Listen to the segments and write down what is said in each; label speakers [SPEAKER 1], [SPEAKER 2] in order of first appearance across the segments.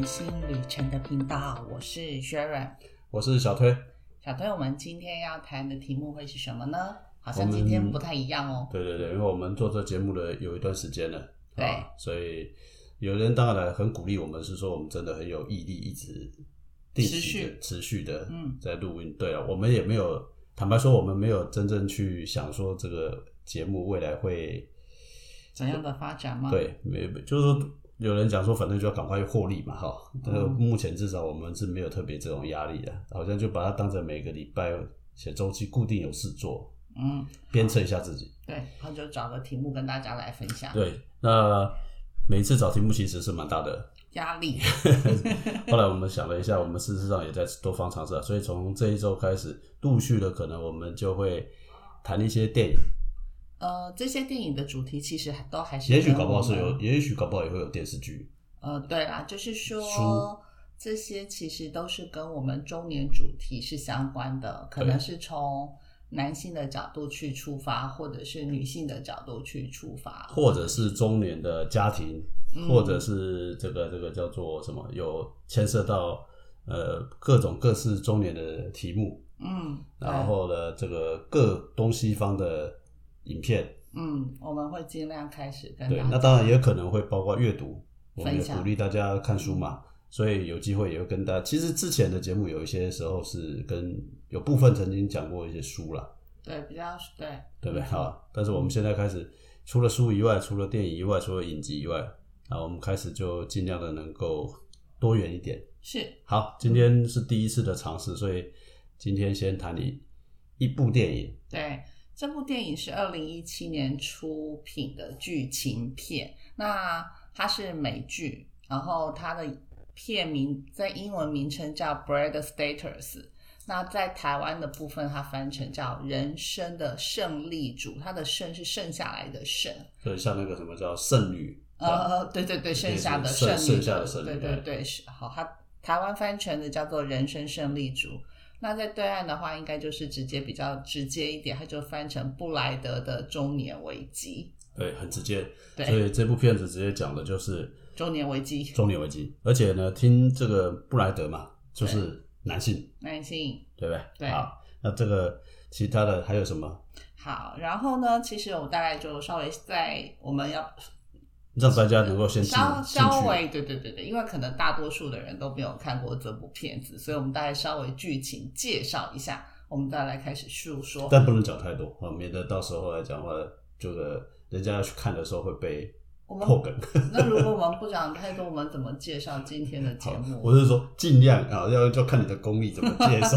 [SPEAKER 1] 旅程的频道，我是 Sharon。
[SPEAKER 2] 我是小推。
[SPEAKER 1] 小推，我们今天要谈的题目会是什么呢？好
[SPEAKER 2] 我
[SPEAKER 1] 像
[SPEAKER 2] 们
[SPEAKER 1] 今天不太一样哦。
[SPEAKER 2] 对对对，因为我们做这节目的有一段时间了，
[SPEAKER 1] 对
[SPEAKER 2] 啊，所以有人当然很鼓励我们，是说我们真的很有毅力，一直定期的持续的
[SPEAKER 1] 嗯
[SPEAKER 2] 在录音。对啊，我们也没有坦白说，我们没有真正去想说这个节目未来会
[SPEAKER 1] 怎样的发展吗？，
[SPEAKER 2] 对，没就是说有人讲说，反正就要赶快获利嘛，哈。这个
[SPEAKER 1] 嗯
[SPEAKER 2] 目前至少我们是没有特别这种压力的，好像就把它当成每个礼拜写周期固定有事做，
[SPEAKER 1] 嗯，
[SPEAKER 2] 鞭策一下自己。
[SPEAKER 1] 对，然后就找个题目跟大家来分享。
[SPEAKER 2] 对，那每一次找题目其实是蛮大的。
[SPEAKER 1] 压力，
[SPEAKER 2] 后来我们想了一下，我们事实上也在多方尝试啊，所以从这一周开始，陆续的可能我们就会谈一些电影，
[SPEAKER 1] 呃，这些电影的主题其实还都还是
[SPEAKER 2] 也许
[SPEAKER 1] 跟
[SPEAKER 2] 搞不好是
[SPEAKER 1] 我们
[SPEAKER 2] 有，也许搞不好也会有电视剧。
[SPEAKER 1] 呃，对啦，就是
[SPEAKER 2] 书
[SPEAKER 1] 说这些其实都是跟我们周年主题是相关的，可能
[SPEAKER 2] 对
[SPEAKER 1] 是从男性的角度去出发，或者是女性的角度去出发，
[SPEAKER 2] 或者是中年的家庭，
[SPEAKER 1] 嗯
[SPEAKER 2] 或者是这个这个叫做什么，有牵涉到呃各种各式中年的题目，
[SPEAKER 1] 嗯，
[SPEAKER 2] 然
[SPEAKER 1] 对
[SPEAKER 2] 后呢，这个各东西方的影片，
[SPEAKER 1] 嗯，我们会尽量开始跟
[SPEAKER 2] 对，
[SPEAKER 1] 大
[SPEAKER 2] 那
[SPEAKER 1] 家
[SPEAKER 2] 当然也可能会包括阅读，我们也
[SPEAKER 1] 分享
[SPEAKER 2] 鼓励大家看书嘛。所以有机会也会跟大家，其实之前的节目有一些时候是跟有部分曾经讲过一些书啦，
[SPEAKER 1] 对比较对
[SPEAKER 2] 对不对？
[SPEAKER 1] 没错
[SPEAKER 2] 好，但是我们现在开始，除了书以外，除了电影以外，除了影集以外，啊，我们开始就尽量的能够多元一点。
[SPEAKER 1] 是
[SPEAKER 2] 好，今天是第一次的尝试，所以今天先谈你一部电影，
[SPEAKER 1] 对，这部电影是二零一七年出品的剧情片，那它是美剧，然后它的片名在英文名称叫《Bread Status》，那在台湾的部分它翻成叫《人生的胜利主》，它的“胜”是剩下来的“胜”，
[SPEAKER 2] 所以像那个什么叫剩女，啊，
[SPEAKER 1] 呃，对对对，剩下的
[SPEAKER 2] 剩
[SPEAKER 1] 胜利
[SPEAKER 2] 剩下的胜利
[SPEAKER 1] 对对对，是好，它台湾翻成的叫做人生胜利组。那在对岸的话，应该就是直接比较直接一点，它就翻成布莱德的中年危机。
[SPEAKER 2] 对，很直接。所
[SPEAKER 1] 对，
[SPEAKER 2] 以这部片子直接讲的就是
[SPEAKER 1] 中年危机，
[SPEAKER 2] 中年危机，而且呢，听这个布莱德嘛，就是男性，
[SPEAKER 1] 男性。
[SPEAKER 2] 对不对？
[SPEAKER 1] 对
[SPEAKER 2] 好，那这个其他的还有什么？
[SPEAKER 1] 好，然后呢，其实我大概就稍微在我们要
[SPEAKER 2] 让大家能够先进
[SPEAKER 1] 稍
[SPEAKER 2] 进
[SPEAKER 1] 稍
[SPEAKER 2] 去。
[SPEAKER 1] 微对对对对，因为可能大多数的人都没有看过这部片子，所以我们大概稍微剧情介绍一下，我们再来开始述说。
[SPEAKER 2] 但不能讲太多啊，免得到时候来讲的话，这个人家要去看的时候会被
[SPEAKER 1] 我们
[SPEAKER 2] 破梗。
[SPEAKER 1] 那如果我们不讲太多，我们怎么介绍今天的节
[SPEAKER 2] 好
[SPEAKER 1] 目？，
[SPEAKER 2] 我是说尽量啊，要就看你的功力怎么介绍，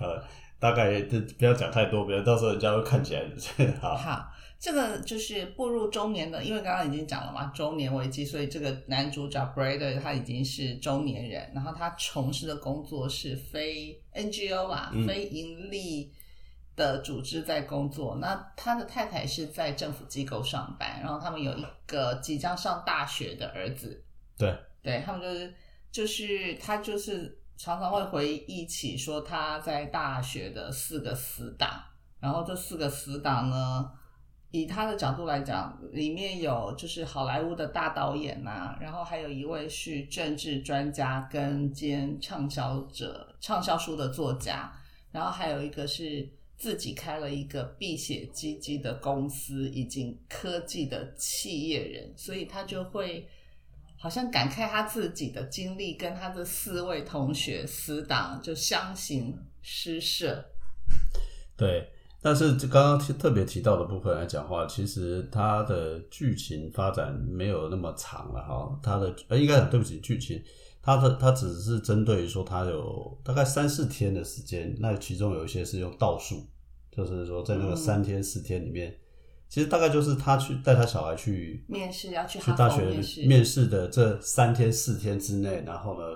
[SPEAKER 2] 呃， 大概这不要讲太多，不要到时候人家会看起来 好。
[SPEAKER 1] 好，这个就是步入中年的，因为刚刚已经讲了嘛，中年危机，所以这个男主角 Brader 他已经是中年人，然后他从事的工作是非 NGO 啦，
[SPEAKER 2] 嗯
[SPEAKER 1] 啊非盈利的组织在工作。那他的太太是在政府机构上班，然后他们有一个即将上大学的儿子。
[SPEAKER 2] 对，
[SPEAKER 1] 对他们就是就是他就是常常会回忆起说他在大学的四个死党。然后这四个死党呢，以他的角度来讲，里面有就是好莱坞的大导演呐、然后还有一位是政治专家跟兼畅销者、畅销书的作家，然后还有一个是自己开了一个避险基金的公司，以及科技的企业人，所以他就会。好像感慨他自己的经历，跟他的四位同学死党就相形失色。
[SPEAKER 2] 对，但是这刚刚提特别提到的部分来讲话，其实它的剧情发展没有那么长了哈。它的呃，应该讲对不起，剧情它的它只是针对于说它有大概三四天的时间，那其中有一些是用倒数，就是说在那个
[SPEAKER 1] 嗯
[SPEAKER 2] 三天四天里面，其实大概就是他去带他小孩去
[SPEAKER 1] 面试要去
[SPEAKER 2] 去
[SPEAKER 1] 哈
[SPEAKER 2] 大
[SPEAKER 1] 佛
[SPEAKER 2] 学
[SPEAKER 1] 面试，
[SPEAKER 2] 面试的这三天四天之内，然后呢，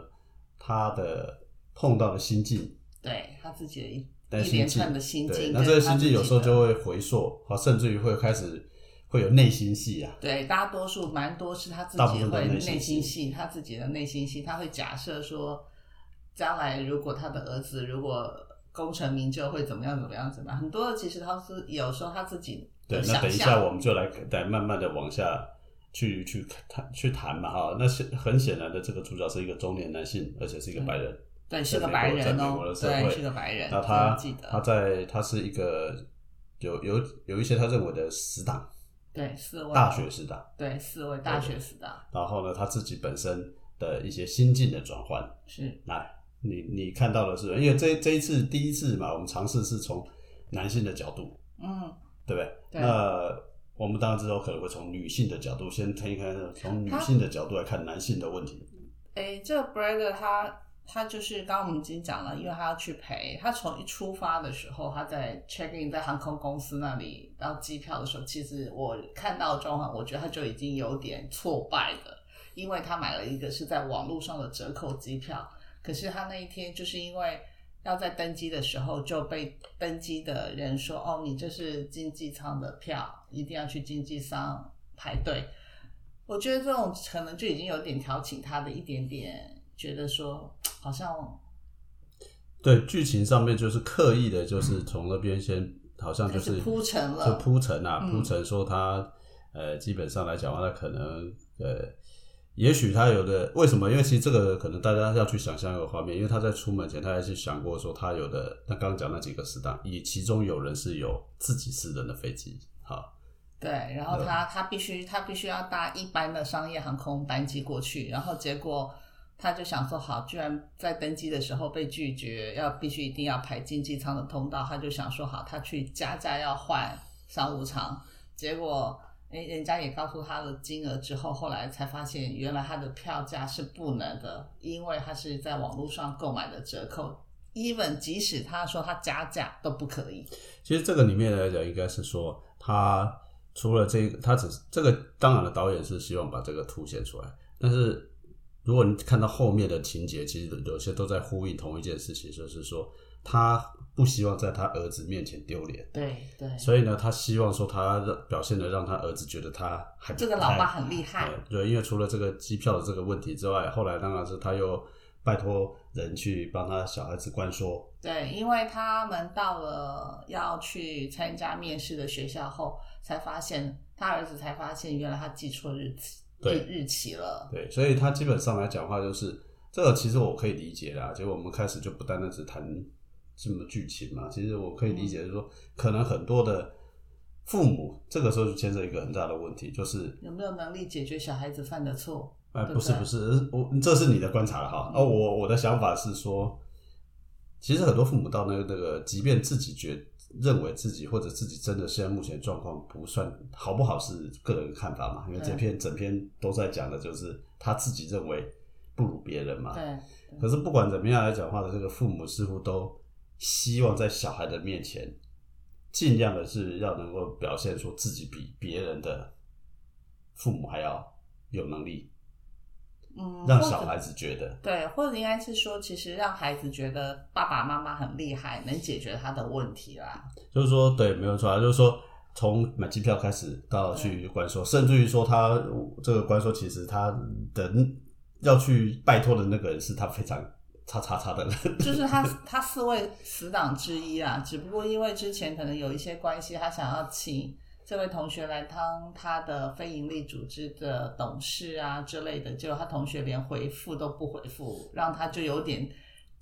[SPEAKER 2] 他的碰到的心境。
[SPEAKER 1] 对他自己的一
[SPEAKER 2] 但
[SPEAKER 1] 一
[SPEAKER 2] 心
[SPEAKER 1] 连
[SPEAKER 2] 境
[SPEAKER 1] 串的心
[SPEAKER 2] 对，
[SPEAKER 1] 境，
[SPEAKER 2] 那这个心
[SPEAKER 1] 境
[SPEAKER 2] 境有时候就会回溯，啊，甚至于会开始会有内心戏啊。
[SPEAKER 1] 对，大多数蛮多是他自
[SPEAKER 2] 大部
[SPEAKER 1] 己
[SPEAKER 2] 分都
[SPEAKER 1] 会
[SPEAKER 2] 内心
[SPEAKER 1] 内心
[SPEAKER 2] 戏
[SPEAKER 1] 戏，他自己的内心戏，他会假设说，将来如果他的儿子如果功成名就会怎么样怎么样怎么样，很多的其实他是有时候他自己
[SPEAKER 2] 对
[SPEAKER 1] 的，
[SPEAKER 2] 那
[SPEAKER 1] 想
[SPEAKER 2] 等一
[SPEAKER 1] 象
[SPEAKER 2] 下我们就来来慢慢的往下去去谈去谈嘛哈。那显很显然的，这个主角是一个中年男性，而且是一个白人。
[SPEAKER 1] 对，是个白人
[SPEAKER 2] 在美
[SPEAKER 1] 哦
[SPEAKER 2] 国的，社会
[SPEAKER 1] 嗯对，是个白人。
[SPEAKER 2] 那
[SPEAKER 1] 我
[SPEAKER 2] 他
[SPEAKER 1] 记
[SPEAKER 2] 他
[SPEAKER 1] 得，
[SPEAKER 2] 在他是一个有有有一些他认为的死党，
[SPEAKER 1] 对，四位
[SPEAKER 2] 大学死党。
[SPEAKER 1] 对，四位大学死党
[SPEAKER 2] 然后呢，他自己本身的一些心境的转换。
[SPEAKER 1] 是
[SPEAKER 2] 你你看到的是，因为这这一次第一次嘛，我们尝试是从男性的角度，
[SPEAKER 1] 嗯，
[SPEAKER 2] 对不对？
[SPEAKER 1] 对
[SPEAKER 2] 那我们当然之后可能会从女性的角度先听一看，从女性的角度来看男性的问题。
[SPEAKER 1] 诶，这个 Brad 他他就是刚刚我们已经讲了，因为他要去陪他从一出发的时候，他在 check in 在航空公司那里，然后机票的时候，其实我看到装潢，我觉得他就已经有点挫败了，因为他买了一个是在网络上的折扣机票，可是他那一天就是因为。要在登机的时候就被登机的人说：“哦，你这是经济舱的票，一定要去经济舱排队。”我觉得这种可能就已经有点挑起他的一点点，觉得说好像
[SPEAKER 2] 对剧情上面就是刻意的，就是从那边先好像就
[SPEAKER 1] 开
[SPEAKER 2] 是
[SPEAKER 1] 始铺陈了
[SPEAKER 2] 就铺陈啊，
[SPEAKER 1] 嗯
[SPEAKER 2] 铺陈说他呃，基本上来讲的话，他可能呃。也许他有的为什么？因为其实这个可能大家要去想象一个画面，因为他在出门前，他还去想过说他有的，那刚刚讲那几个死党，以其中有人是有自己私人的飞机，好，
[SPEAKER 1] 对，然后他他必须他必须要搭一般的商业航空班机过去，然后结果他就想说好，居然在登机的时候被拒绝，要必须一定要排经济舱的通道，他就想说好，他去加价要换商务舱，结果。诶，人家也告诉他的金额之后，后来才发现原来他的票价是不能的，因为他是在网络上购买的折扣，even 即使他说他加价都不可以。
[SPEAKER 2] 其实这个里面来讲，应该是说他除了这个，他只是这个当然了，导演是希望把这个凸显出来，但是如果你看到后面的情节，其实有些都在呼应同一件事情，就是说他不希望在他儿子面前丢脸。
[SPEAKER 1] 对对，
[SPEAKER 2] 所以呢，他希望说他表现的让他儿子觉得他还
[SPEAKER 1] 这个老爸
[SPEAKER 2] 还
[SPEAKER 1] 很厉害。
[SPEAKER 2] 对，对，因为除了这个机票的这个问题之外，后来当然是他又拜托人去帮他小孩子关说，
[SPEAKER 1] 对，因为他们到了要去参加面试的学校后，才发现他儿子才发现，原来他记错日期，
[SPEAKER 2] 对
[SPEAKER 1] 日日期了。
[SPEAKER 2] 对，所以他基本上来讲话就是这个，其实我可以理解啦。结果我们开始就不单单只谈什么剧情嘛，其实我可以理解，就是说、可能很多的父母这个时候就牵涉一个很大的问题，就是
[SPEAKER 1] 有没有能力解决小孩子犯的错？
[SPEAKER 2] 哎，
[SPEAKER 1] 对
[SPEAKER 2] 不是
[SPEAKER 1] 不对
[SPEAKER 2] 不是，我这是你的观察了哈。
[SPEAKER 1] 嗯
[SPEAKER 2] 哦，我我的想法是说，其实很多父母到那个那个，即便自己觉认为自己或者自己真的现在目前状况不算好不好是个人看法嘛，因为这
[SPEAKER 1] 对
[SPEAKER 2] 篇整篇都在讲的就是他自己认为不如别人嘛。
[SPEAKER 1] 对
[SPEAKER 2] 可是不管怎么样来讲话的，这个父母似乎都希望在小孩的面前，尽量的是要能够表现出自己比别人的父母还要有能力，
[SPEAKER 1] 嗯，
[SPEAKER 2] 让
[SPEAKER 1] 或
[SPEAKER 2] 小
[SPEAKER 1] 者
[SPEAKER 2] 孩子觉得，
[SPEAKER 1] 对，或者应该是说，其实让孩子觉得爸爸妈妈很厉害，能解决他的问题啦。
[SPEAKER 2] 就是说对，没有错啊，就是说。从买机票开始到去关说，甚至于说他这个关说，其实他的要去拜托的那个人是他非常叉叉叉的人，
[SPEAKER 1] 就是他他四位死党之一啦，只不过因为之前可能有一些关系，他想要请这位同学来当他的非营利组织的董事啊之类的，结果他同学连回复都不回复，让他就有点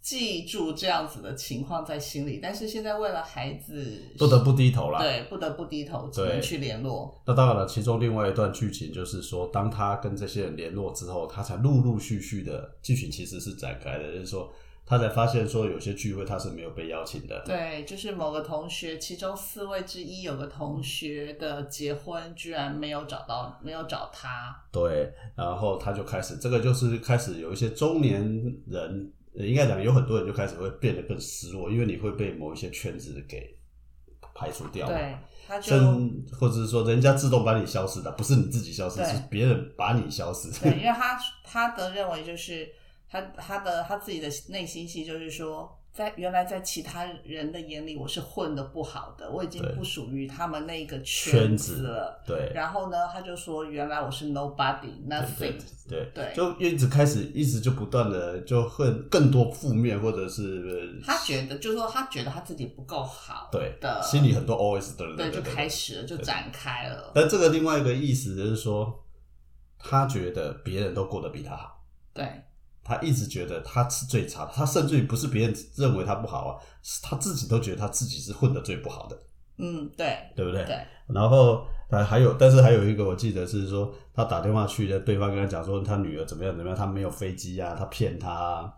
[SPEAKER 1] 记住这样子的情况在心里。但是现在为了孩子，
[SPEAKER 2] 不得不低头啦。
[SPEAKER 1] 对不得不低头，只能
[SPEAKER 2] 对
[SPEAKER 1] 去联络。
[SPEAKER 2] 那当然了，其中另外一段剧情就是说，当他跟这些人联络之后，他才陆陆续续的剧情其实是展开的，就是说他才发现说有些聚会他是没有被邀请的。
[SPEAKER 1] 对，就是某个同学，其中四位之一有个同学的结婚居然没有找到，没有找他。
[SPEAKER 2] 对，然后他就开始这个就是开始有一些中年人，呃应该讲有很多人就开始会变得更失落，因为你会被某一些圈子给排除掉。
[SPEAKER 1] 对，他就
[SPEAKER 2] 甚或者是说人家自动把你消失的，不是你自己消失，
[SPEAKER 1] 对
[SPEAKER 2] 是别人把你消失。
[SPEAKER 1] 对，因为他他的认为就是他他的他自己的内心戏就是说，在原来在其他人的眼里我是混的不好的，我已经
[SPEAKER 2] 对
[SPEAKER 1] 不属于他们那个
[SPEAKER 2] 圈
[SPEAKER 1] 子
[SPEAKER 2] 子
[SPEAKER 1] 了。
[SPEAKER 2] 对，
[SPEAKER 1] 然后呢，他就说原来我是 nobody
[SPEAKER 2] 对
[SPEAKER 1] nothing，
[SPEAKER 2] 对
[SPEAKER 1] 对
[SPEAKER 2] 就一直开始，一直就不断的就会更多负面或者是
[SPEAKER 1] 他觉得就是说他觉得他自己不够好，
[SPEAKER 2] 对
[SPEAKER 1] 的
[SPEAKER 2] 心里很多 OS 的人，
[SPEAKER 1] 对就开
[SPEAKER 2] 始。
[SPEAKER 1] 始了就展开了，
[SPEAKER 2] 但这个另外一个意思就是说，他觉得别人都过得比他好。
[SPEAKER 1] 对
[SPEAKER 2] 他一直觉得他是最差的，他甚至于不是别人认为他不好啊，是他自己都觉得他自己是混得最不好的，
[SPEAKER 1] 嗯，对
[SPEAKER 2] 对不对？
[SPEAKER 1] 对，
[SPEAKER 2] 然后还还有，但是还有一个我记得是说，他打电话去的，对方跟他讲说他女儿怎么样怎么样，他没有飞机啊，他骗他、啊，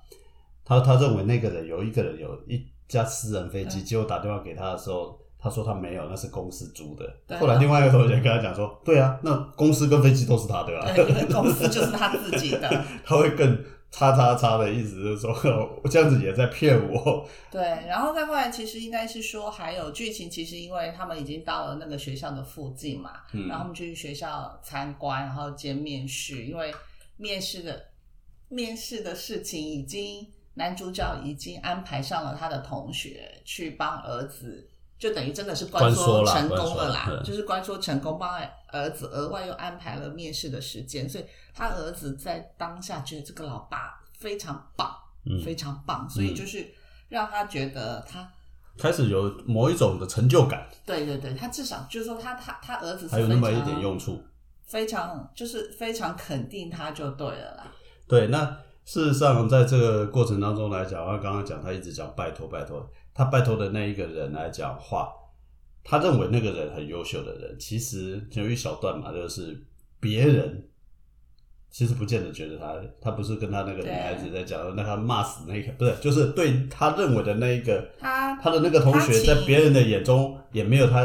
[SPEAKER 2] 他他认为那个人有一个人有一架私人飞机，
[SPEAKER 1] 嗯
[SPEAKER 2] 结果打电话给他的时候。他说他没有，那是公司租
[SPEAKER 1] 对
[SPEAKER 2] 的。
[SPEAKER 1] 啊
[SPEAKER 2] 后来另外一个同学跟他讲说：“对啊，那公司跟飞机都是他的啊。”
[SPEAKER 1] 对，因为公司就是他自己的，
[SPEAKER 2] 他会更叉叉叉的意思就是说，哦我这样子也在骗我。
[SPEAKER 1] 对，然后再后来其实应该是说，还有剧情其实因为他们已经到了那个学校的附近嘛，
[SPEAKER 2] 嗯
[SPEAKER 1] 然后他们就去学校参观，然后兼面试，因为面试的面试的事情已经男主角已经安排上了他的同学去帮儿子，就等于真的是关
[SPEAKER 2] 关说啦
[SPEAKER 1] 成功了啦
[SPEAKER 2] 关说，嗯
[SPEAKER 1] 就是关说成功，帮儿子额外又安排了面试的时间，所以他儿子在当下觉得这个老爸非常棒，非
[SPEAKER 2] 嗯，
[SPEAKER 1] 常棒，所以就是让他觉得他。
[SPEAKER 2] 开始有某一种的成就感，
[SPEAKER 1] 对对对，他至少就是说他他他儿子是
[SPEAKER 2] 还有那么
[SPEAKER 1] 非
[SPEAKER 2] 一
[SPEAKER 1] 常
[SPEAKER 2] 点用处。
[SPEAKER 1] 非常就是非常肯定他就对了啦。
[SPEAKER 2] 对，那事实上在这个过程当中来讲，他刚刚讲他一直讲拜托拜托，他拜托的那一个人来讲话，他认为那个人很优秀的人，其实有一小段嘛，就是别人。其实不见得觉得他，他不是跟他那个女孩子在讲，那他骂死那个，不是，就是对他认为的那一个
[SPEAKER 1] 他
[SPEAKER 2] 他的那个同
[SPEAKER 1] 他
[SPEAKER 2] 学
[SPEAKER 1] 其
[SPEAKER 2] 在别人的眼中也没有他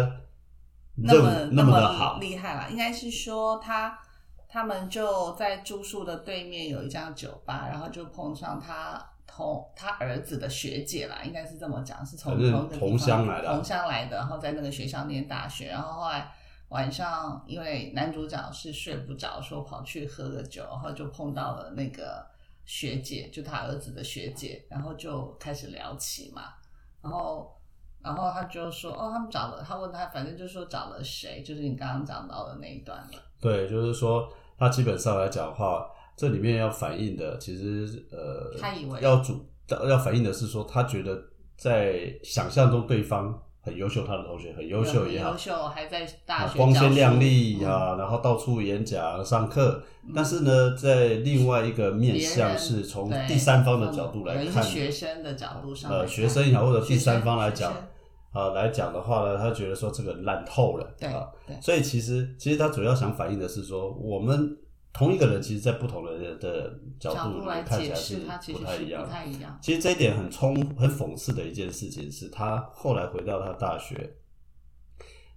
[SPEAKER 1] 那
[SPEAKER 2] 认
[SPEAKER 1] 么
[SPEAKER 2] 那
[SPEAKER 1] 么
[SPEAKER 2] 的好。
[SPEAKER 1] 厉害啦，应该是说他他们就在住宿的对面有一家酒吧，然后就碰上他同他儿子的学姐啦，应该是这么讲，是从
[SPEAKER 2] 反正
[SPEAKER 1] 同一个地方
[SPEAKER 2] 同乡来的啊
[SPEAKER 1] 同乡来的，然后在那个学校念大学，然后后来。晚上，因为男主角是睡不着，说跑去喝了酒，然后就碰到了那个学姐，就他儿子的学姐，然后就开始聊起嘛。然后，然后他就说，哦，他们找了，他问他，反正就说找了谁，就是你刚刚讲到的那一段了。
[SPEAKER 2] 对，就是说他基本上来讲的话，这里面要反映的其实呃，
[SPEAKER 1] 他以为
[SPEAKER 2] 要主要反映的是说，他觉得在想象中对方很优秀，他的同学很优秀也好
[SPEAKER 1] 优，秀还在大
[SPEAKER 2] 啊
[SPEAKER 1] 学
[SPEAKER 2] 光
[SPEAKER 1] 教
[SPEAKER 2] 鲜
[SPEAKER 1] 书
[SPEAKER 2] 亮丽
[SPEAKER 1] 嗯
[SPEAKER 2] 啊，然后到处演讲、上课。
[SPEAKER 1] 嗯
[SPEAKER 2] 但是呢，在另外一个面
[SPEAKER 1] 别
[SPEAKER 2] 向
[SPEAKER 1] 人
[SPEAKER 2] 是从
[SPEAKER 1] 对
[SPEAKER 2] 第三方的角度来
[SPEAKER 1] 等于是
[SPEAKER 2] 看，
[SPEAKER 1] 学生的角度上来
[SPEAKER 2] 呃，
[SPEAKER 1] 看，
[SPEAKER 2] 学生也好，或者第三方来
[SPEAKER 1] 学生
[SPEAKER 2] 讲
[SPEAKER 1] 学生，
[SPEAKER 2] 啊、来讲的话呢，他觉得说这个烂透了，
[SPEAKER 1] 对
[SPEAKER 2] 啊，
[SPEAKER 1] 对
[SPEAKER 2] 所以其实其实他主要想反映的是说，我们同一个人，其实，在不同的人的角
[SPEAKER 1] 角
[SPEAKER 2] 度
[SPEAKER 1] 度来
[SPEAKER 2] 看起
[SPEAKER 1] 解
[SPEAKER 2] 来
[SPEAKER 1] 释，他其
[SPEAKER 2] 不
[SPEAKER 1] 实
[SPEAKER 2] 太
[SPEAKER 1] 是
[SPEAKER 2] 一样
[SPEAKER 1] 不。太一样。
[SPEAKER 2] 其实这一点很冲很讽刺的一件事情是，他后来回到他大学，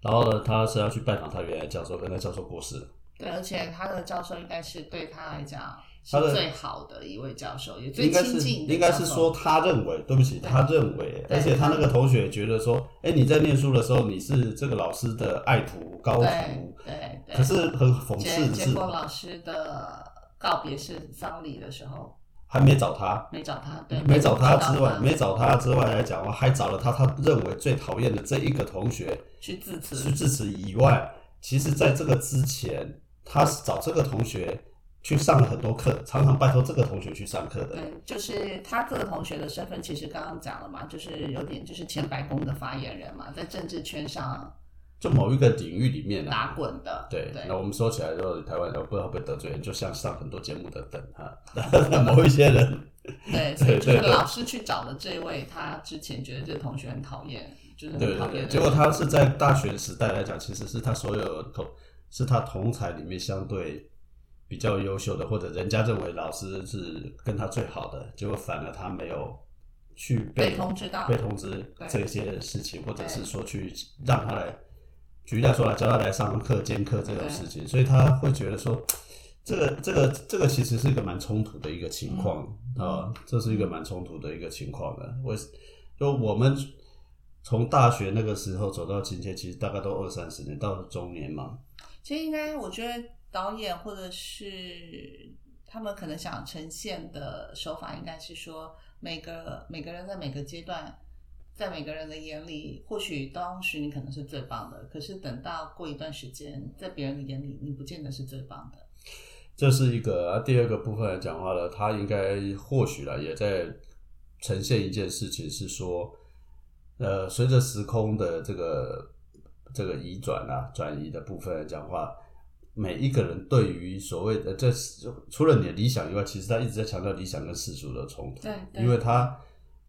[SPEAKER 2] 然后呢，他是要去拜访他原来的教授，跟他教授过世了。
[SPEAKER 1] 对，而且他的教授应该是对他来讲是
[SPEAKER 2] 他的
[SPEAKER 1] 最好的一位教授，也最
[SPEAKER 2] 应该
[SPEAKER 1] 亲
[SPEAKER 2] 是
[SPEAKER 1] 近的
[SPEAKER 2] 应该是
[SPEAKER 1] 教授
[SPEAKER 2] 说，他认为，对不起，
[SPEAKER 1] 对
[SPEAKER 2] 他认为，
[SPEAKER 1] 对
[SPEAKER 2] 而且他那个同学觉得说，哎，你在念书的时候，你是这个老师的爱徒高
[SPEAKER 1] 对
[SPEAKER 2] 徒，
[SPEAKER 1] 对对。
[SPEAKER 2] 可是很讽刺
[SPEAKER 1] 结
[SPEAKER 2] 的
[SPEAKER 1] 结
[SPEAKER 2] 是，
[SPEAKER 1] 果老师的告别式丧礼的时候
[SPEAKER 2] 还没找他，
[SPEAKER 1] 没嗯找他，对，
[SPEAKER 2] 没找他
[SPEAKER 1] 没
[SPEAKER 2] 之外，
[SPEAKER 1] 他
[SPEAKER 2] 没找他之外来讲的话，还找了他他认为最讨厌的这一个同学，
[SPEAKER 1] 去致
[SPEAKER 2] 除
[SPEAKER 1] 辞，
[SPEAKER 2] 至此以外，其实在这个之前，他是找这个同学去上了很多课，常常拜托这个同学去上课的。
[SPEAKER 1] 对，就是他这个同学的身份，其实刚刚讲了嘛，就是有点就是前白宫的发言人嘛，在政治圈上
[SPEAKER 2] 就某一个领域里面啊
[SPEAKER 1] 打，滚的，
[SPEAKER 2] 对，
[SPEAKER 1] 对
[SPEAKER 2] 那我们说起来之后，台湾人不知道会不会得罪人，就像上很多节目的等啊， 某一些人，
[SPEAKER 1] 对，所以就
[SPEAKER 2] 对
[SPEAKER 1] 是
[SPEAKER 2] 对
[SPEAKER 1] 老师去找了这位，他之前觉得这个同学很讨厌，就是
[SPEAKER 2] 对
[SPEAKER 1] 很
[SPEAKER 2] 对
[SPEAKER 1] 讨厌
[SPEAKER 2] 对，
[SPEAKER 1] 的，
[SPEAKER 2] 结果他是在大学时代来讲，其实是他所有同是他同才里面相对比较优秀的，或者人家认为老师是跟他最好的，结果反而他没有去被
[SPEAKER 1] 被通知到
[SPEAKER 2] 被通知
[SPEAKER 1] 对
[SPEAKER 2] 这些事情，或者
[SPEAKER 1] 对
[SPEAKER 2] 是说去让他来，举例来说来叫他来上课兼课这种
[SPEAKER 1] 对
[SPEAKER 2] 事情，所以他会觉得说。这个这个这个其实是一个蛮冲突的一个情况啊、
[SPEAKER 1] 嗯
[SPEAKER 2] 这是一个蛮冲突的一个情况的。我就我们从大学那个时候走到今天，其实大概都二三十年，到了中年嘛。
[SPEAKER 1] 其实应该，我觉得导演或者是他们可能想呈现的手法，应该是说每个每个人在每个阶段，在每个人的眼里，或许当时你可能是最棒的，可是等到过一段时间，在别人的眼里，你不见得是最棒的。
[SPEAKER 2] 这是一个、啊第二个部分来讲话呢，他应该或许啦，也在呈现一件事情，是说，呃，随着时空的这个这个移转啊，转移的部分来讲话，每一个人对于所谓的这除了你的理想以外，其实他一直在强调理想跟世俗的冲突，
[SPEAKER 1] 对对
[SPEAKER 2] 因为他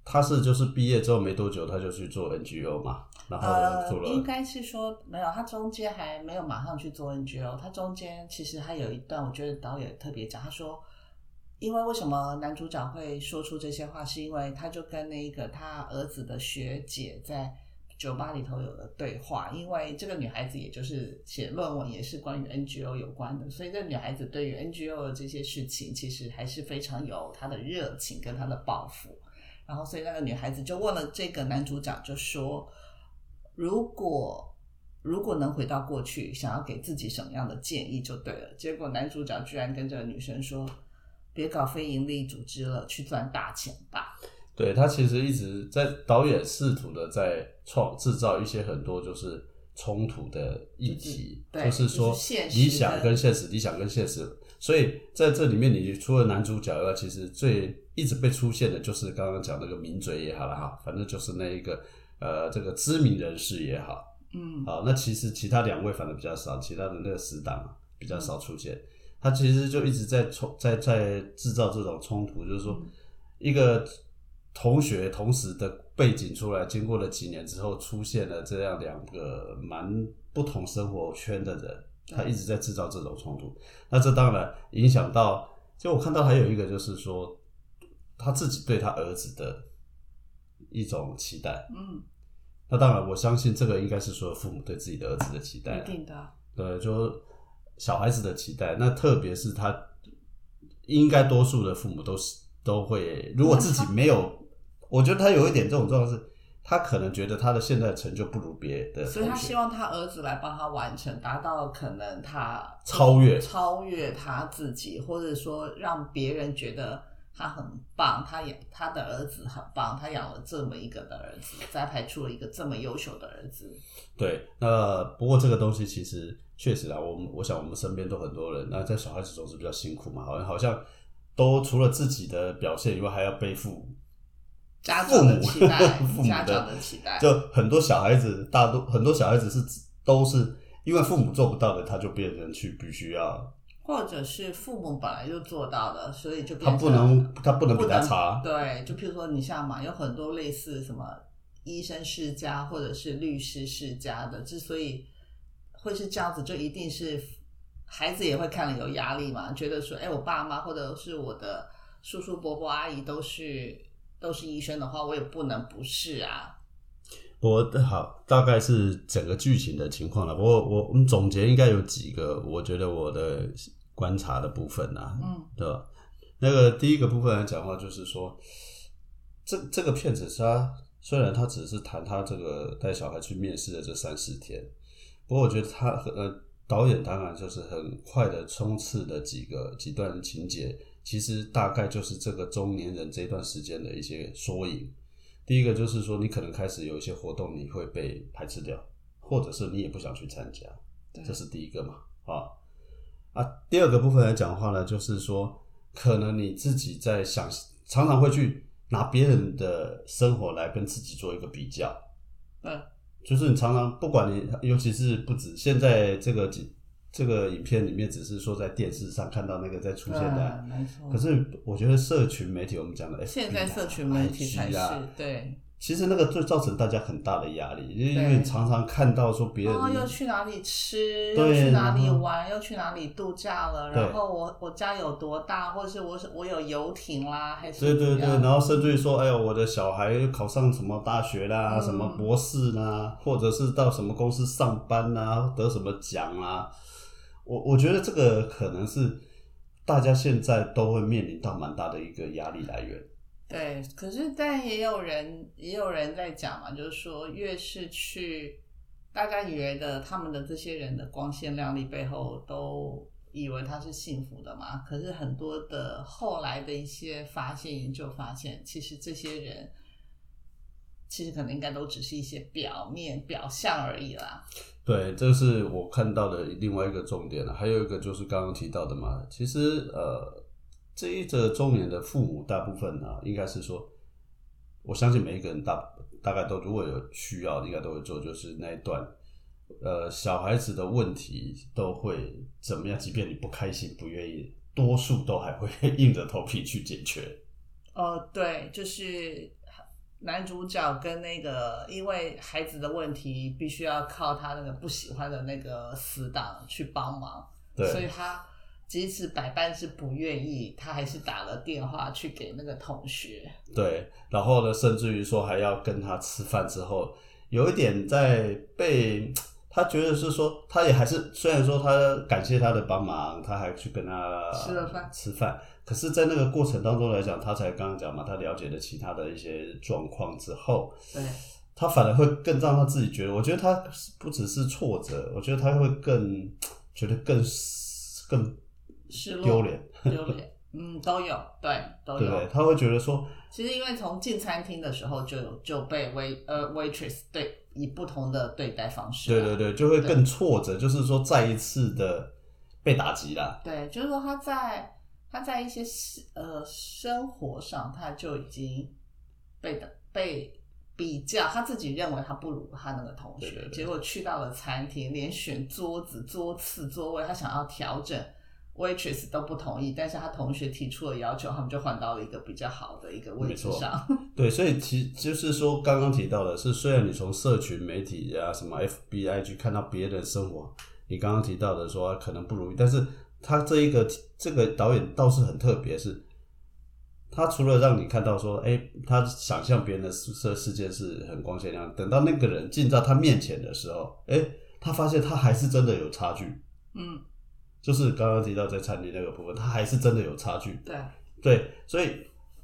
[SPEAKER 2] 他是就是毕业之后没多久他就去做 NGO 嘛，然后
[SPEAKER 1] 呃
[SPEAKER 2] 做，了、
[SPEAKER 1] 应该是说没有，他中间还没有马上去做 NGO，他中间其实还有一段，我觉得导演特别讲，他说，因为为什么男主角会说出这些话，是因为他就跟那个他儿子的学姐在酒吧里头有了对话，因为这个女孩子也就是写论文，也是关于 NGO 有关的，所以这女孩子对于 NGO 的这些事情，其实还是非常有她的热情跟她的抱负。然后所以那个女孩子就问了这个男主角，就说：“如果如果能回到过去，想要给自己什么样的建议就对了。”结果男主角居然跟这个女生说：“别搞非营利组织了，去赚大钱吧。
[SPEAKER 2] 对他其实一直在导演试图的在创制造一些很多就是冲突的议题，
[SPEAKER 1] 就是对
[SPEAKER 2] 就是说
[SPEAKER 1] 就是现实的
[SPEAKER 2] 理想跟现实，理想跟现实。所以在这里面，你除了男主角以外，其实最一直被出现的就是刚刚讲那个名嘴也好了哈，反正就是那一个呃这个知名人士也好，”
[SPEAKER 1] 嗯，
[SPEAKER 2] 好，那其实其他两位反而比较少，其他的那个死党啊比较少出现。他其实就一直在冲，在在制造这种冲突，就是说
[SPEAKER 1] 嗯
[SPEAKER 2] 一个同学同时的背景出来，经过了几年之后，出现了这样两个蛮不同生活圈的人，
[SPEAKER 1] 对
[SPEAKER 2] 他一直在制造这种冲突。那这当然影响到，就我看到还有一个就是说他自己对他儿子的一种期待，
[SPEAKER 1] 嗯，
[SPEAKER 2] 那当然，我相信这个应该是所有父母对自己的儿子的期待啊
[SPEAKER 1] 一，定的，
[SPEAKER 2] 对，就小孩子的期待。那特别是他，应该多数的父母都是都会，如果自己没有，我觉得他有一点这种状况是，他可能觉得他的现在成就不如别的
[SPEAKER 1] 所以他
[SPEAKER 2] 同学
[SPEAKER 1] 希望他儿子来帮他完成，达到可能他
[SPEAKER 2] 超越
[SPEAKER 1] 超越他自己，或者说让别人觉得他很棒，他养他的儿子很棒，他养了这么一个的儿子，栽培出了一个这么优秀的儿子。
[SPEAKER 2] 对，那不过这个东西其实确实啊，我们我想我们身边都很多人，那在小孩子总是比较辛苦嘛，好像好像都除了自己的表现以外，还要背负
[SPEAKER 1] 家长的
[SPEAKER 2] 父母
[SPEAKER 1] 期待
[SPEAKER 2] 父，母
[SPEAKER 1] 家长
[SPEAKER 2] 的
[SPEAKER 1] 的期待，
[SPEAKER 2] 就很多小孩子，大多很多小孩子是都是因为父母做不到的，他就变成去必须要，
[SPEAKER 1] 或者是父母本来就做到了，所以就变
[SPEAKER 2] 他
[SPEAKER 1] 成
[SPEAKER 2] 不能他不能比
[SPEAKER 1] 不
[SPEAKER 2] 他
[SPEAKER 1] 能
[SPEAKER 2] 差，
[SPEAKER 1] 对，就譬如说你像嘛，有很多类似什么医生世家或者是律师世家的，之所以会是这样子，就一定是孩子也会看了有压力嘛，觉得说，哎，我爸妈或者是我的叔叔伯伯阿姨都是都是医生的话，我也不能不是啊。
[SPEAKER 2] 我好，大概是整个剧情的情况了。不过我我们总结应该有几个，我觉得我的观察的部分啊，
[SPEAKER 1] 嗯，
[SPEAKER 2] 对吧？那个第一个部分来讲的话，就是说，这这个片子它虽然它只是谈他这个带小孩去面试的这三四天，不过我觉得他呃导演当然就是很快的冲刺的几个几段情节，其实大概就是这个中年人这段时间的一些缩影。第一个就是说，你可能开始有一些活动，你会被排斥掉，或者是你也不想去参加。
[SPEAKER 1] 对
[SPEAKER 2] 这是第一个嘛，啊啊，第二个部分来讲的话呢，就是说，可能你自己在想，常常会去拿别人的生活来跟自己做一个比较，
[SPEAKER 1] 对，
[SPEAKER 2] 就是你常常不管你，尤其是不止现在这个几这个影片里面，只是说在电视上看到那个在出现的，
[SPEAKER 1] 对没错。
[SPEAKER 2] 可是我觉得社群媒体，我们讲的 FB 啊，
[SPEAKER 1] 嗯现在社群媒体才
[SPEAKER 2] IG
[SPEAKER 1] 是
[SPEAKER 2] 啊
[SPEAKER 1] 对，
[SPEAKER 2] 其实那个就造成大家很大的压力，因为因
[SPEAKER 1] 对
[SPEAKER 2] 为常常看到说别人
[SPEAKER 1] 然后哦又去哪里吃，又
[SPEAKER 2] 对
[SPEAKER 1] 去哪里
[SPEAKER 2] 然后
[SPEAKER 1] 玩，又去哪里度假了。
[SPEAKER 2] 对
[SPEAKER 1] 然后我我家有多大，或者是我是我有游艇啦，还是
[SPEAKER 2] 对对对，
[SPEAKER 1] 怎么样
[SPEAKER 2] 然后甚至于说，哎呀，我的小孩考上什么大学啦，
[SPEAKER 1] 嗯
[SPEAKER 2] 什么博士啦，或者是到什么公司上班啦，得什么奖啦，我我觉得这个可能是大家现在都会面临到蛮大的一个压力来源。
[SPEAKER 1] 对，可是但也有人也有人在讲嘛，就是说越是去，大家以为的他们的这些人的光鲜亮丽背后，都以为他是幸福的嘛。可是很多的后来的一些发现研究发现，其实这些人其实可能应该都只是一些表面表象而已啦。
[SPEAKER 2] 对，这是我看到的另外一个重点了。还有一个就是刚刚提到的嘛，其实呃，这一则中年的父母大部分呢、应该是说，我相信每一个人大大概都如果有需要，应该都会做，就是那一段呃小孩子的问题都会怎么样？即便你不开心、不愿意，多数都还会硬着头皮去解决。
[SPEAKER 1] 呃，对，就是男主角跟那个因为孩子的问题，必须要靠他那个不喜欢的那个死党去帮忙，所以
[SPEAKER 2] 对，
[SPEAKER 1] 他即使百般是不愿意，他还是打了电话去给那个同学。
[SPEAKER 2] 对，然后呢，甚至于说还要跟他吃饭之后，有一点在被他觉得是说，他也还是虽然说他感谢他的帮忙，他还去跟他
[SPEAKER 1] 吃了饭
[SPEAKER 2] 吃饭，可是，在那个过程当中来讲，他才刚刚讲嘛，他了解了其他的一些状况之后，
[SPEAKER 1] 对，
[SPEAKER 2] 他反而会更让他自己觉得，我觉得他不只是挫折，我觉得他会更觉得更更
[SPEAKER 1] 失落、
[SPEAKER 2] 丢脸，
[SPEAKER 1] 丢脸，嗯，都有，对，都
[SPEAKER 2] 对不对？
[SPEAKER 1] 有。
[SPEAKER 2] 他会觉得说，
[SPEAKER 1] 其实因为从进餐厅的时候就就被 wait 呃 waitress 对以不同的对待方式啊、
[SPEAKER 2] 对对对，就会更挫折，就是说再一次的被打击啦。
[SPEAKER 1] 对，就是说他在他在一些呃生活上，他就已经被的被比较，他自己认为他不如他那个同学，
[SPEAKER 2] 对对对
[SPEAKER 1] 结果去到了餐厅，连选桌子、桌次、座位，他想要调整。waitress 都不同意，但是他同学提出了要求，他们就换到了一个比较好的一个位
[SPEAKER 2] 没
[SPEAKER 1] 置
[SPEAKER 2] 错
[SPEAKER 1] 上。
[SPEAKER 2] 对，所以其就是说，刚刚提到的是，虽然你从社群媒体啊、什么 FBI 去看到别人生活，你刚刚提到的说啊可能不如意，但是他这一个这个导演倒是很特别，是，他除了让你看到说，哎，他想象别人的世世世界是很光鲜亮，等到那个人进到他面前的时候，哎，他发现他还是真的有差距，
[SPEAKER 1] 嗯，
[SPEAKER 2] 就是刚刚提到在餐厅那个部分，他还是真的有差距，
[SPEAKER 1] 对，
[SPEAKER 2] 对，所以，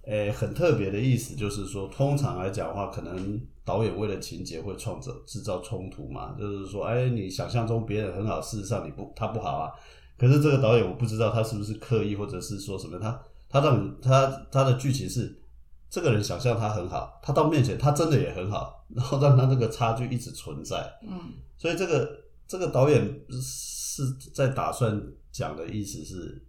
[SPEAKER 2] 诶、很特别的意思就是说，通常来讲的话，可能导演为了情节会创造制造冲突嘛，就是说，哎、你想象中别人很好，事实上你不他不好啊。可是这个导演我不知道他是不是刻意，或者是说什么，他他让你他他的剧情是这个人想象他很好，他到面前他真的也很好，然后让他那个差距一直存在。
[SPEAKER 1] 嗯，
[SPEAKER 2] 所以这个这个导演是在打算讲的意思是，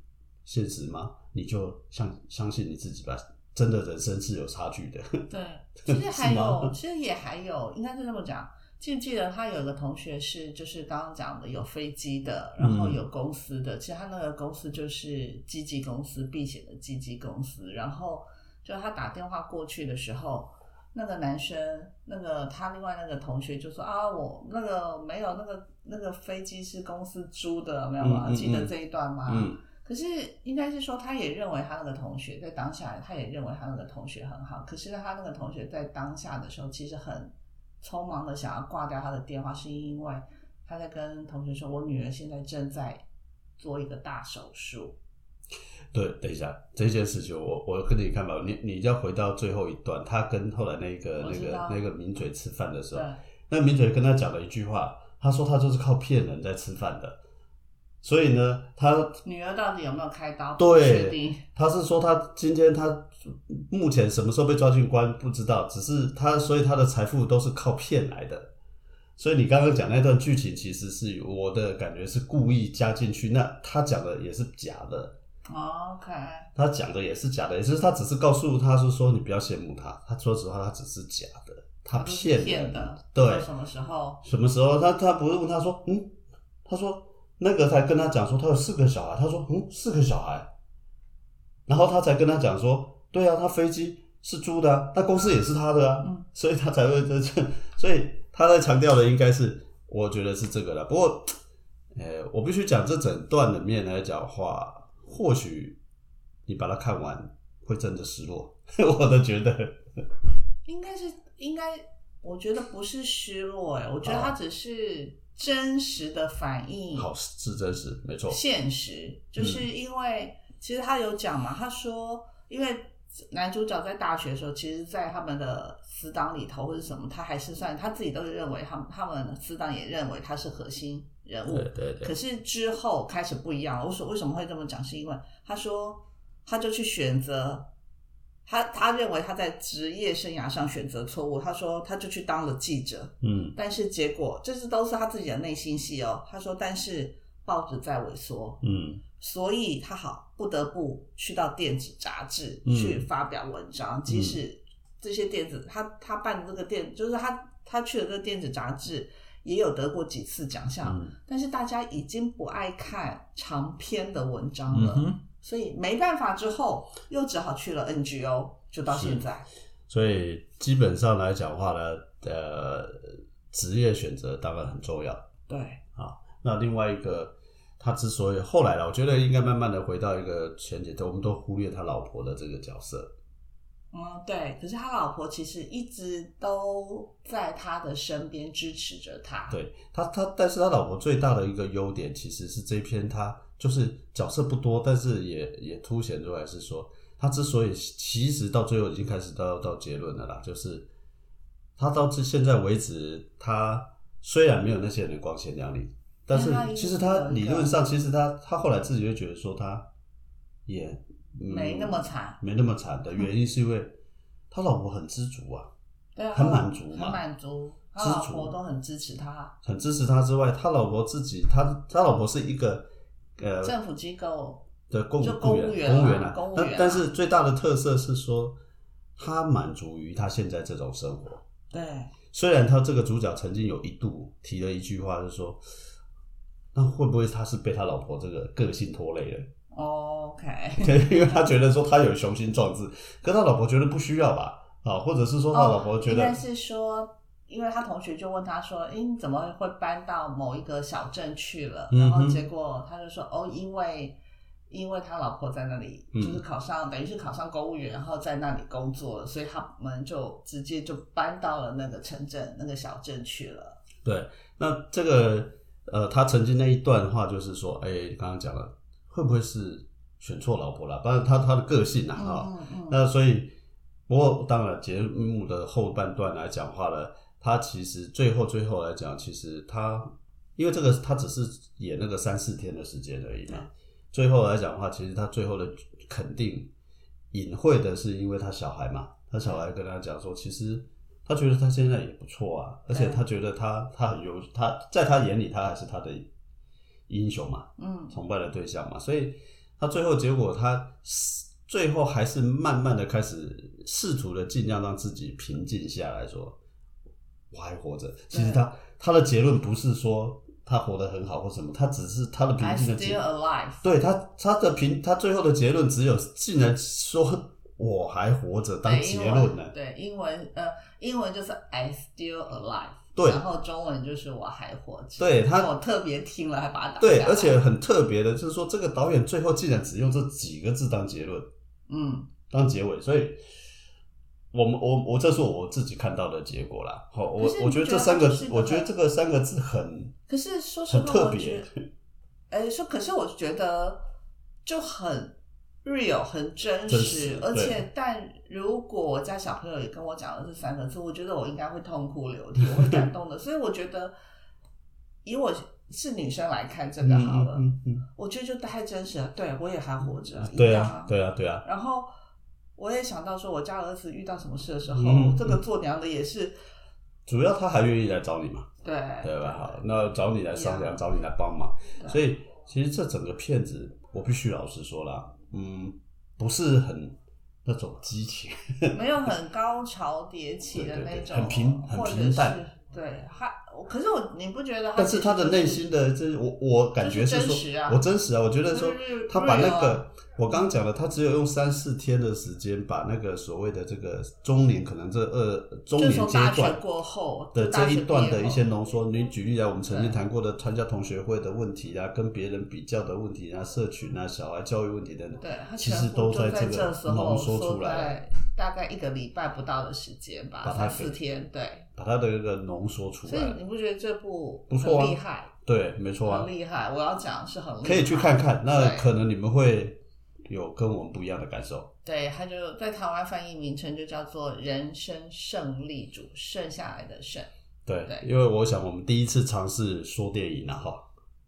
[SPEAKER 2] 现实吗？你就相相信你自己吧，真的人生是有差距的。
[SPEAKER 1] 对，其实还
[SPEAKER 2] 是吗
[SPEAKER 1] 有，其实也还有，应该是这么讲。记不记得他有个同学是，就是刚刚讲的有飞机的，然后
[SPEAKER 2] 嗯
[SPEAKER 1] 有公司的。其实他那个公司就是基基公司，避险的基基公司。然后就他打电话过去的时候，那个男生，那个他另外那个同学就说啊，我那个没有那个那个飞机是公司租的，没有吗？
[SPEAKER 2] 嗯嗯
[SPEAKER 1] 记得
[SPEAKER 2] 嗯
[SPEAKER 1] 这一段吗？
[SPEAKER 2] 嗯，
[SPEAKER 1] 可是应该是说，他也认为他那个同学在当下，他也认为他那个同学很好。可是他那个同学在当下的时候，其实很匆忙的想要挂掉他的电话，是因为他在跟同学说：“我女儿现在正在做一个大手术。
[SPEAKER 2] 对，等一下这件事情我，我跟你看吧，你你要回到最后一段，他跟后来那个
[SPEAKER 1] 我
[SPEAKER 2] 那
[SPEAKER 1] 知道
[SPEAKER 2] 个那个名嘴吃饭的”时
[SPEAKER 1] 对
[SPEAKER 2] 候，那名嘴跟他讲了一句话，他说他就是靠骗人在吃饭的，所以呢，他
[SPEAKER 1] 女儿到底有没有开刀？不
[SPEAKER 2] 对
[SPEAKER 1] 确定。
[SPEAKER 2] 他是说他今天他目前什么时候被抓进关不知道，只是他所以他的财富都是靠骗来的。所以你刚刚讲那段剧情，其实是我的感觉是故意加进去。那他讲的也是假的，
[SPEAKER 1] 哦 OK，
[SPEAKER 2] 他讲的也是假的，也就是他只是告诉他是说你不要羡慕他。他说实话，他只是假的，他
[SPEAKER 1] 都是
[SPEAKER 2] 骗人
[SPEAKER 1] 骗的。
[SPEAKER 2] 对
[SPEAKER 1] 在，什么时候？
[SPEAKER 2] 什么时候？他他不是问他说，嗯，他说那个才跟他讲说他有四个小孩，他说嗯四个小孩，然后他才跟他讲说，对啊，他飞机是租的、啊，那公司也是他的啊，
[SPEAKER 1] 嗯
[SPEAKER 2] 所以他才会这这， 所以他在强调的应该是，我觉得是这个了。不过，呃，我必须讲这整段里面来讲的话，或许你把它看完会真的失落， 我都觉得，
[SPEAKER 1] 应该是应该，我觉得不是失落、欸，我觉得他
[SPEAKER 2] 啊
[SPEAKER 1] 只是真实的反映。
[SPEAKER 2] 好是真实，没错，
[SPEAKER 1] 现实，
[SPEAKER 2] 嗯
[SPEAKER 1] 就是因为、其实他有讲嘛，他说因为男主角在大学的时候，其实，在他们的死党里头或者什么，他还是算他自己都认为他们他们死党也认为他是核心人物
[SPEAKER 2] 对，对
[SPEAKER 1] 可
[SPEAKER 2] 对，
[SPEAKER 1] 是之后开始不一样了。我说为什么会这么讲，是因为他说他就去选择。他他认为他在职业生涯上选择错误，他说他就去当了记者，
[SPEAKER 2] 嗯
[SPEAKER 1] 但是结果这是都是他自己的内心戏哦。他说，但是报纸在萎缩，
[SPEAKER 2] 嗯。
[SPEAKER 1] 所以他好不得不去到电子杂志
[SPEAKER 2] 嗯
[SPEAKER 1] 去发表文章，即
[SPEAKER 2] 嗯
[SPEAKER 1] 使这些电子他他办的这个电，就是他他去了这个电子杂志，也有得过几次奖项，
[SPEAKER 2] 嗯
[SPEAKER 1] 但是大家已经不爱看长篇的文章
[SPEAKER 2] 嗯
[SPEAKER 1] 了，
[SPEAKER 2] 哼，
[SPEAKER 1] 所以没办法之后又只好去了 NGO，就到
[SPEAKER 2] 是
[SPEAKER 1] 现在。
[SPEAKER 2] 所以基本上来讲话呢，呃，职业选择当然很重要。
[SPEAKER 1] 对，
[SPEAKER 2] 那另外一个，他之所以后来了，我觉得应该慢慢的回到一个前提，我们都忽略他老婆的这个角色。
[SPEAKER 1] 嗯，对。可是他老婆其实一直都在他的身边支持着他。
[SPEAKER 2] 对他，他但是他老婆最大的一个优点，其实是这篇他就是角色不多，但是也也凸显出来是说，他之所以其实到最后已经开始到到结论了啦，就是他到这现在为止，他虽然没有那些人的光鲜亮丽，但是
[SPEAKER 1] 但他
[SPEAKER 2] 其实他
[SPEAKER 1] 有一
[SPEAKER 2] 理
[SPEAKER 1] 个
[SPEAKER 2] 论上，其实他他后来自己会觉得说他也、嗯
[SPEAKER 1] 没那么惨，
[SPEAKER 2] 没那么惨的原因是因为他老婆很知足啊，
[SPEAKER 1] 对啊，
[SPEAKER 2] 很满足嘛
[SPEAKER 1] 很满足，他
[SPEAKER 2] 知
[SPEAKER 1] 老
[SPEAKER 2] 足
[SPEAKER 1] 婆都很支持他。
[SPEAKER 2] 很支持他之外，他老婆自己，他他老婆是一个呃
[SPEAKER 1] 政府机构
[SPEAKER 2] 的公
[SPEAKER 1] 就公
[SPEAKER 2] 公务
[SPEAKER 1] 务
[SPEAKER 2] 员
[SPEAKER 1] 员啊
[SPEAKER 2] 公务员啊
[SPEAKER 1] 公务员啊
[SPEAKER 2] 但但是最大的特色是说，他满足于他现在这种生活。
[SPEAKER 1] 对
[SPEAKER 2] 虽然他这个主角曾经有一度提了一句话，就是说，那会不会他是被他老婆这个个性拖累 了？
[SPEAKER 1] ，OK，
[SPEAKER 2] 对，因为他觉得说他有雄心壮志，可他老婆觉得不需要吧？啊，或者是说他老婆觉
[SPEAKER 1] 哦应
[SPEAKER 2] 得、
[SPEAKER 1] 该是说。因为他同学就问他说：“诶，你怎么会搬到某一个小镇去了？”
[SPEAKER 2] 嗯哼
[SPEAKER 1] 然后结果他就说：“哦，因为因为他老婆在那里，
[SPEAKER 2] 嗯
[SPEAKER 1] 就是考上，等于是考上公务员，然后在那里工作了，所以他们就直接就搬到了那个城镇、那个小镇去了。
[SPEAKER 2] 对，那这个呃，他曾经那一段话就是说，哎、你刚刚讲了，会不会是选错老婆了？当然他，他的个性啊，
[SPEAKER 1] 嗯
[SPEAKER 2] 啊、
[SPEAKER 1] 嗯嗯，
[SPEAKER 2] 那所以，不过当然，节目的后半段来讲话呢，他其实最后最后来讲，其实他因为这个他只是演那个三四天的时间而已嘛。最后来讲的话，其实他最后的肯定隐晦的是，因为他小孩嘛，他小孩跟他讲说，其实他觉得他现在也不错啊，而且他觉得他他很优，他在他眼里他还是他的英雄嘛，
[SPEAKER 1] 嗯，
[SPEAKER 2] 崇拜的对象嘛，所以他最后结果他是最后还是慢慢的开始试图的尽量让自己平静下来说，我还活着。其实他他的结论不是说他活得很好或什么，他只是他的平
[SPEAKER 1] i
[SPEAKER 2] 静的
[SPEAKER 1] still
[SPEAKER 2] 结，
[SPEAKER 1] alive。
[SPEAKER 2] 对他他的平他最后的结论只有竟然说我还活着当
[SPEAKER 1] 对，
[SPEAKER 2] 结
[SPEAKER 1] 英
[SPEAKER 2] 论
[SPEAKER 1] 文
[SPEAKER 2] 呢、
[SPEAKER 1] 对，英文呃，英文就是 I still alive，
[SPEAKER 2] 对
[SPEAKER 1] 然后中文就是我还活着。
[SPEAKER 2] 对他
[SPEAKER 1] 我特别听了，还把它打下
[SPEAKER 2] 对，啊
[SPEAKER 1] 来
[SPEAKER 2] 而且很特别的就是说，这个导演最后竟然只用这几个字当结论。
[SPEAKER 1] 嗯，
[SPEAKER 2] 当结尾，所以我们我我这是我自己看到的结果啦。好，我
[SPEAKER 1] 可是你
[SPEAKER 2] 我觉得
[SPEAKER 1] 觉得
[SPEAKER 2] 这三个
[SPEAKER 1] 它是，一个
[SPEAKER 2] 我觉得
[SPEAKER 1] 很
[SPEAKER 2] 这个三个字很
[SPEAKER 1] 可是说实
[SPEAKER 2] 很
[SPEAKER 1] 话，
[SPEAKER 2] 特
[SPEAKER 1] 我觉
[SPEAKER 2] 别
[SPEAKER 1] 得， 哎，说可是我觉得就很 real，很真
[SPEAKER 2] 真
[SPEAKER 1] 实
[SPEAKER 2] 实，
[SPEAKER 1] 而
[SPEAKER 2] 对
[SPEAKER 1] 且但如果我家小朋友也跟我讲了这三个字，我觉得我应该会痛哭流涕，我会感 动的。所以我觉得，以我是女生来看这个好了，
[SPEAKER 2] 嗯嗯
[SPEAKER 1] 我觉得就太真实了。对我也还活着
[SPEAKER 2] 嗯，，
[SPEAKER 1] 一
[SPEAKER 2] 对
[SPEAKER 1] 样
[SPEAKER 2] 啊，对啊，对啊，
[SPEAKER 1] 然后我也想到说，我家儿子遇到什么事的时候，
[SPEAKER 2] 嗯
[SPEAKER 1] 这个做娘的也是
[SPEAKER 2] 主要他还愿意来找你嘛，
[SPEAKER 1] 对
[SPEAKER 2] 对吧？好，那找你来商
[SPEAKER 1] 一
[SPEAKER 2] 量，
[SPEAKER 1] 样啊
[SPEAKER 2] 找你来帮忙，
[SPEAKER 1] 对啊
[SPEAKER 2] 所以其实这整个片子，我必须老实说啦，嗯，不是很那种激情，
[SPEAKER 1] 没有很高潮迭起的那
[SPEAKER 2] 对对对
[SPEAKER 1] 种，
[SPEAKER 2] 很平很
[SPEAKER 1] 或者
[SPEAKER 2] 平淡
[SPEAKER 1] 是。对，他可是我你不觉得他
[SPEAKER 2] 但是他的内心的这我我感觉是
[SPEAKER 1] 就是
[SPEAKER 2] 说，
[SPEAKER 1] 真实啊
[SPEAKER 2] 我真实啊，我觉得说
[SPEAKER 1] 就是
[SPEAKER 2] 他把那
[SPEAKER 1] real
[SPEAKER 2] 个
[SPEAKER 1] 啊
[SPEAKER 2] 我刚刚讲的，他只有用三四天的时间把那个所谓的这个中年，可能这二中
[SPEAKER 1] 就
[SPEAKER 2] 年
[SPEAKER 1] 是从
[SPEAKER 2] 阶
[SPEAKER 1] 大学
[SPEAKER 2] 段
[SPEAKER 1] 过后
[SPEAKER 2] 的
[SPEAKER 1] 就大
[SPEAKER 2] 这
[SPEAKER 1] 学
[SPEAKER 2] 一段的一些
[SPEAKER 1] 毕业后
[SPEAKER 2] 浓缩，你举例来，我们曾经
[SPEAKER 1] 对
[SPEAKER 2] 谈过的参加同学会的问题啊，跟别人比较的问题啊，社群啊，小孩教育问题等等，
[SPEAKER 1] 对，他
[SPEAKER 2] 其
[SPEAKER 1] 全
[SPEAKER 2] 实
[SPEAKER 1] 部
[SPEAKER 2] 都
[SPEAKER 1] 就
[SPEAKER 2] 在
[SPEAKER 1] 在
[SPEAKER 2] 这个
[SPEAKER 1] 时
[SPEAKER 2] 浓
[SPEAKER 1] 候
[SPEAKER 2] 缩
[SPEAKER 1] 缩
[SPEAKER 2] 出来了，
[SPEAKER 1] 在大概一个礼拜不到的时间
[SPEAKER 2] 把
[SPEAKER 1] 吧，
[SPEAKER 2] 它
[SPEAKER 1] 三
[SPEAKER 2] 给
[SPEAKER 1] 四天，对。
[SPEAKER 2] 把他的这个浓缩出
[SPEAKER 1] 所
[SPEAKER 2] 来
[SPEAKER 1] 以
[SPEAKER 2] 了。
[SPEAKER 1] 你不觉得这部
[SPEAKER 2] 不错啊
[SPEAKER 1] 很厉害，
[SPEAKER 2] 对，没错啊
[SPEAKER 1] 很，厉害？我要讲是很厉害，
[SPEAKER 2] 可以去看看，那
[SPEAKER 1] 对
[SPEAKER 2] 可能你们会有跟我们不一样的感受。
[SPEAKER 1] 对，它就在台湾翻译名称就叫做“人生胜利主”，剩下来的剩。
[SPEAKER 2] 对，
[SPEAKER 1] 对
[SPEAKER 2] 因为我想我们第一次尝试说电影了啊哈。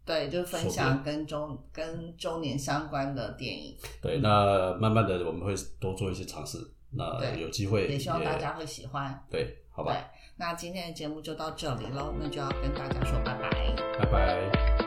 [SPEAKER 1] 对，就分享跟周跟周年相关的电影，
[SPEAKER 2] 对，那慢慢的我们会多做一些尝试，那
[SPEAKER 1] 对
[SPEAKER 2] 有机会
[SPEAKER 1] 也希望大家会喜欢。
[SPEAKER 2] 对，好
[SPEAKER 1] 对
[SPEAKER 2] 吧，，
[SPEAKER 1] 那今天的节目就到这里喽，那就要跟大家说拜拜。
[SPEAKER 2] 拜拜。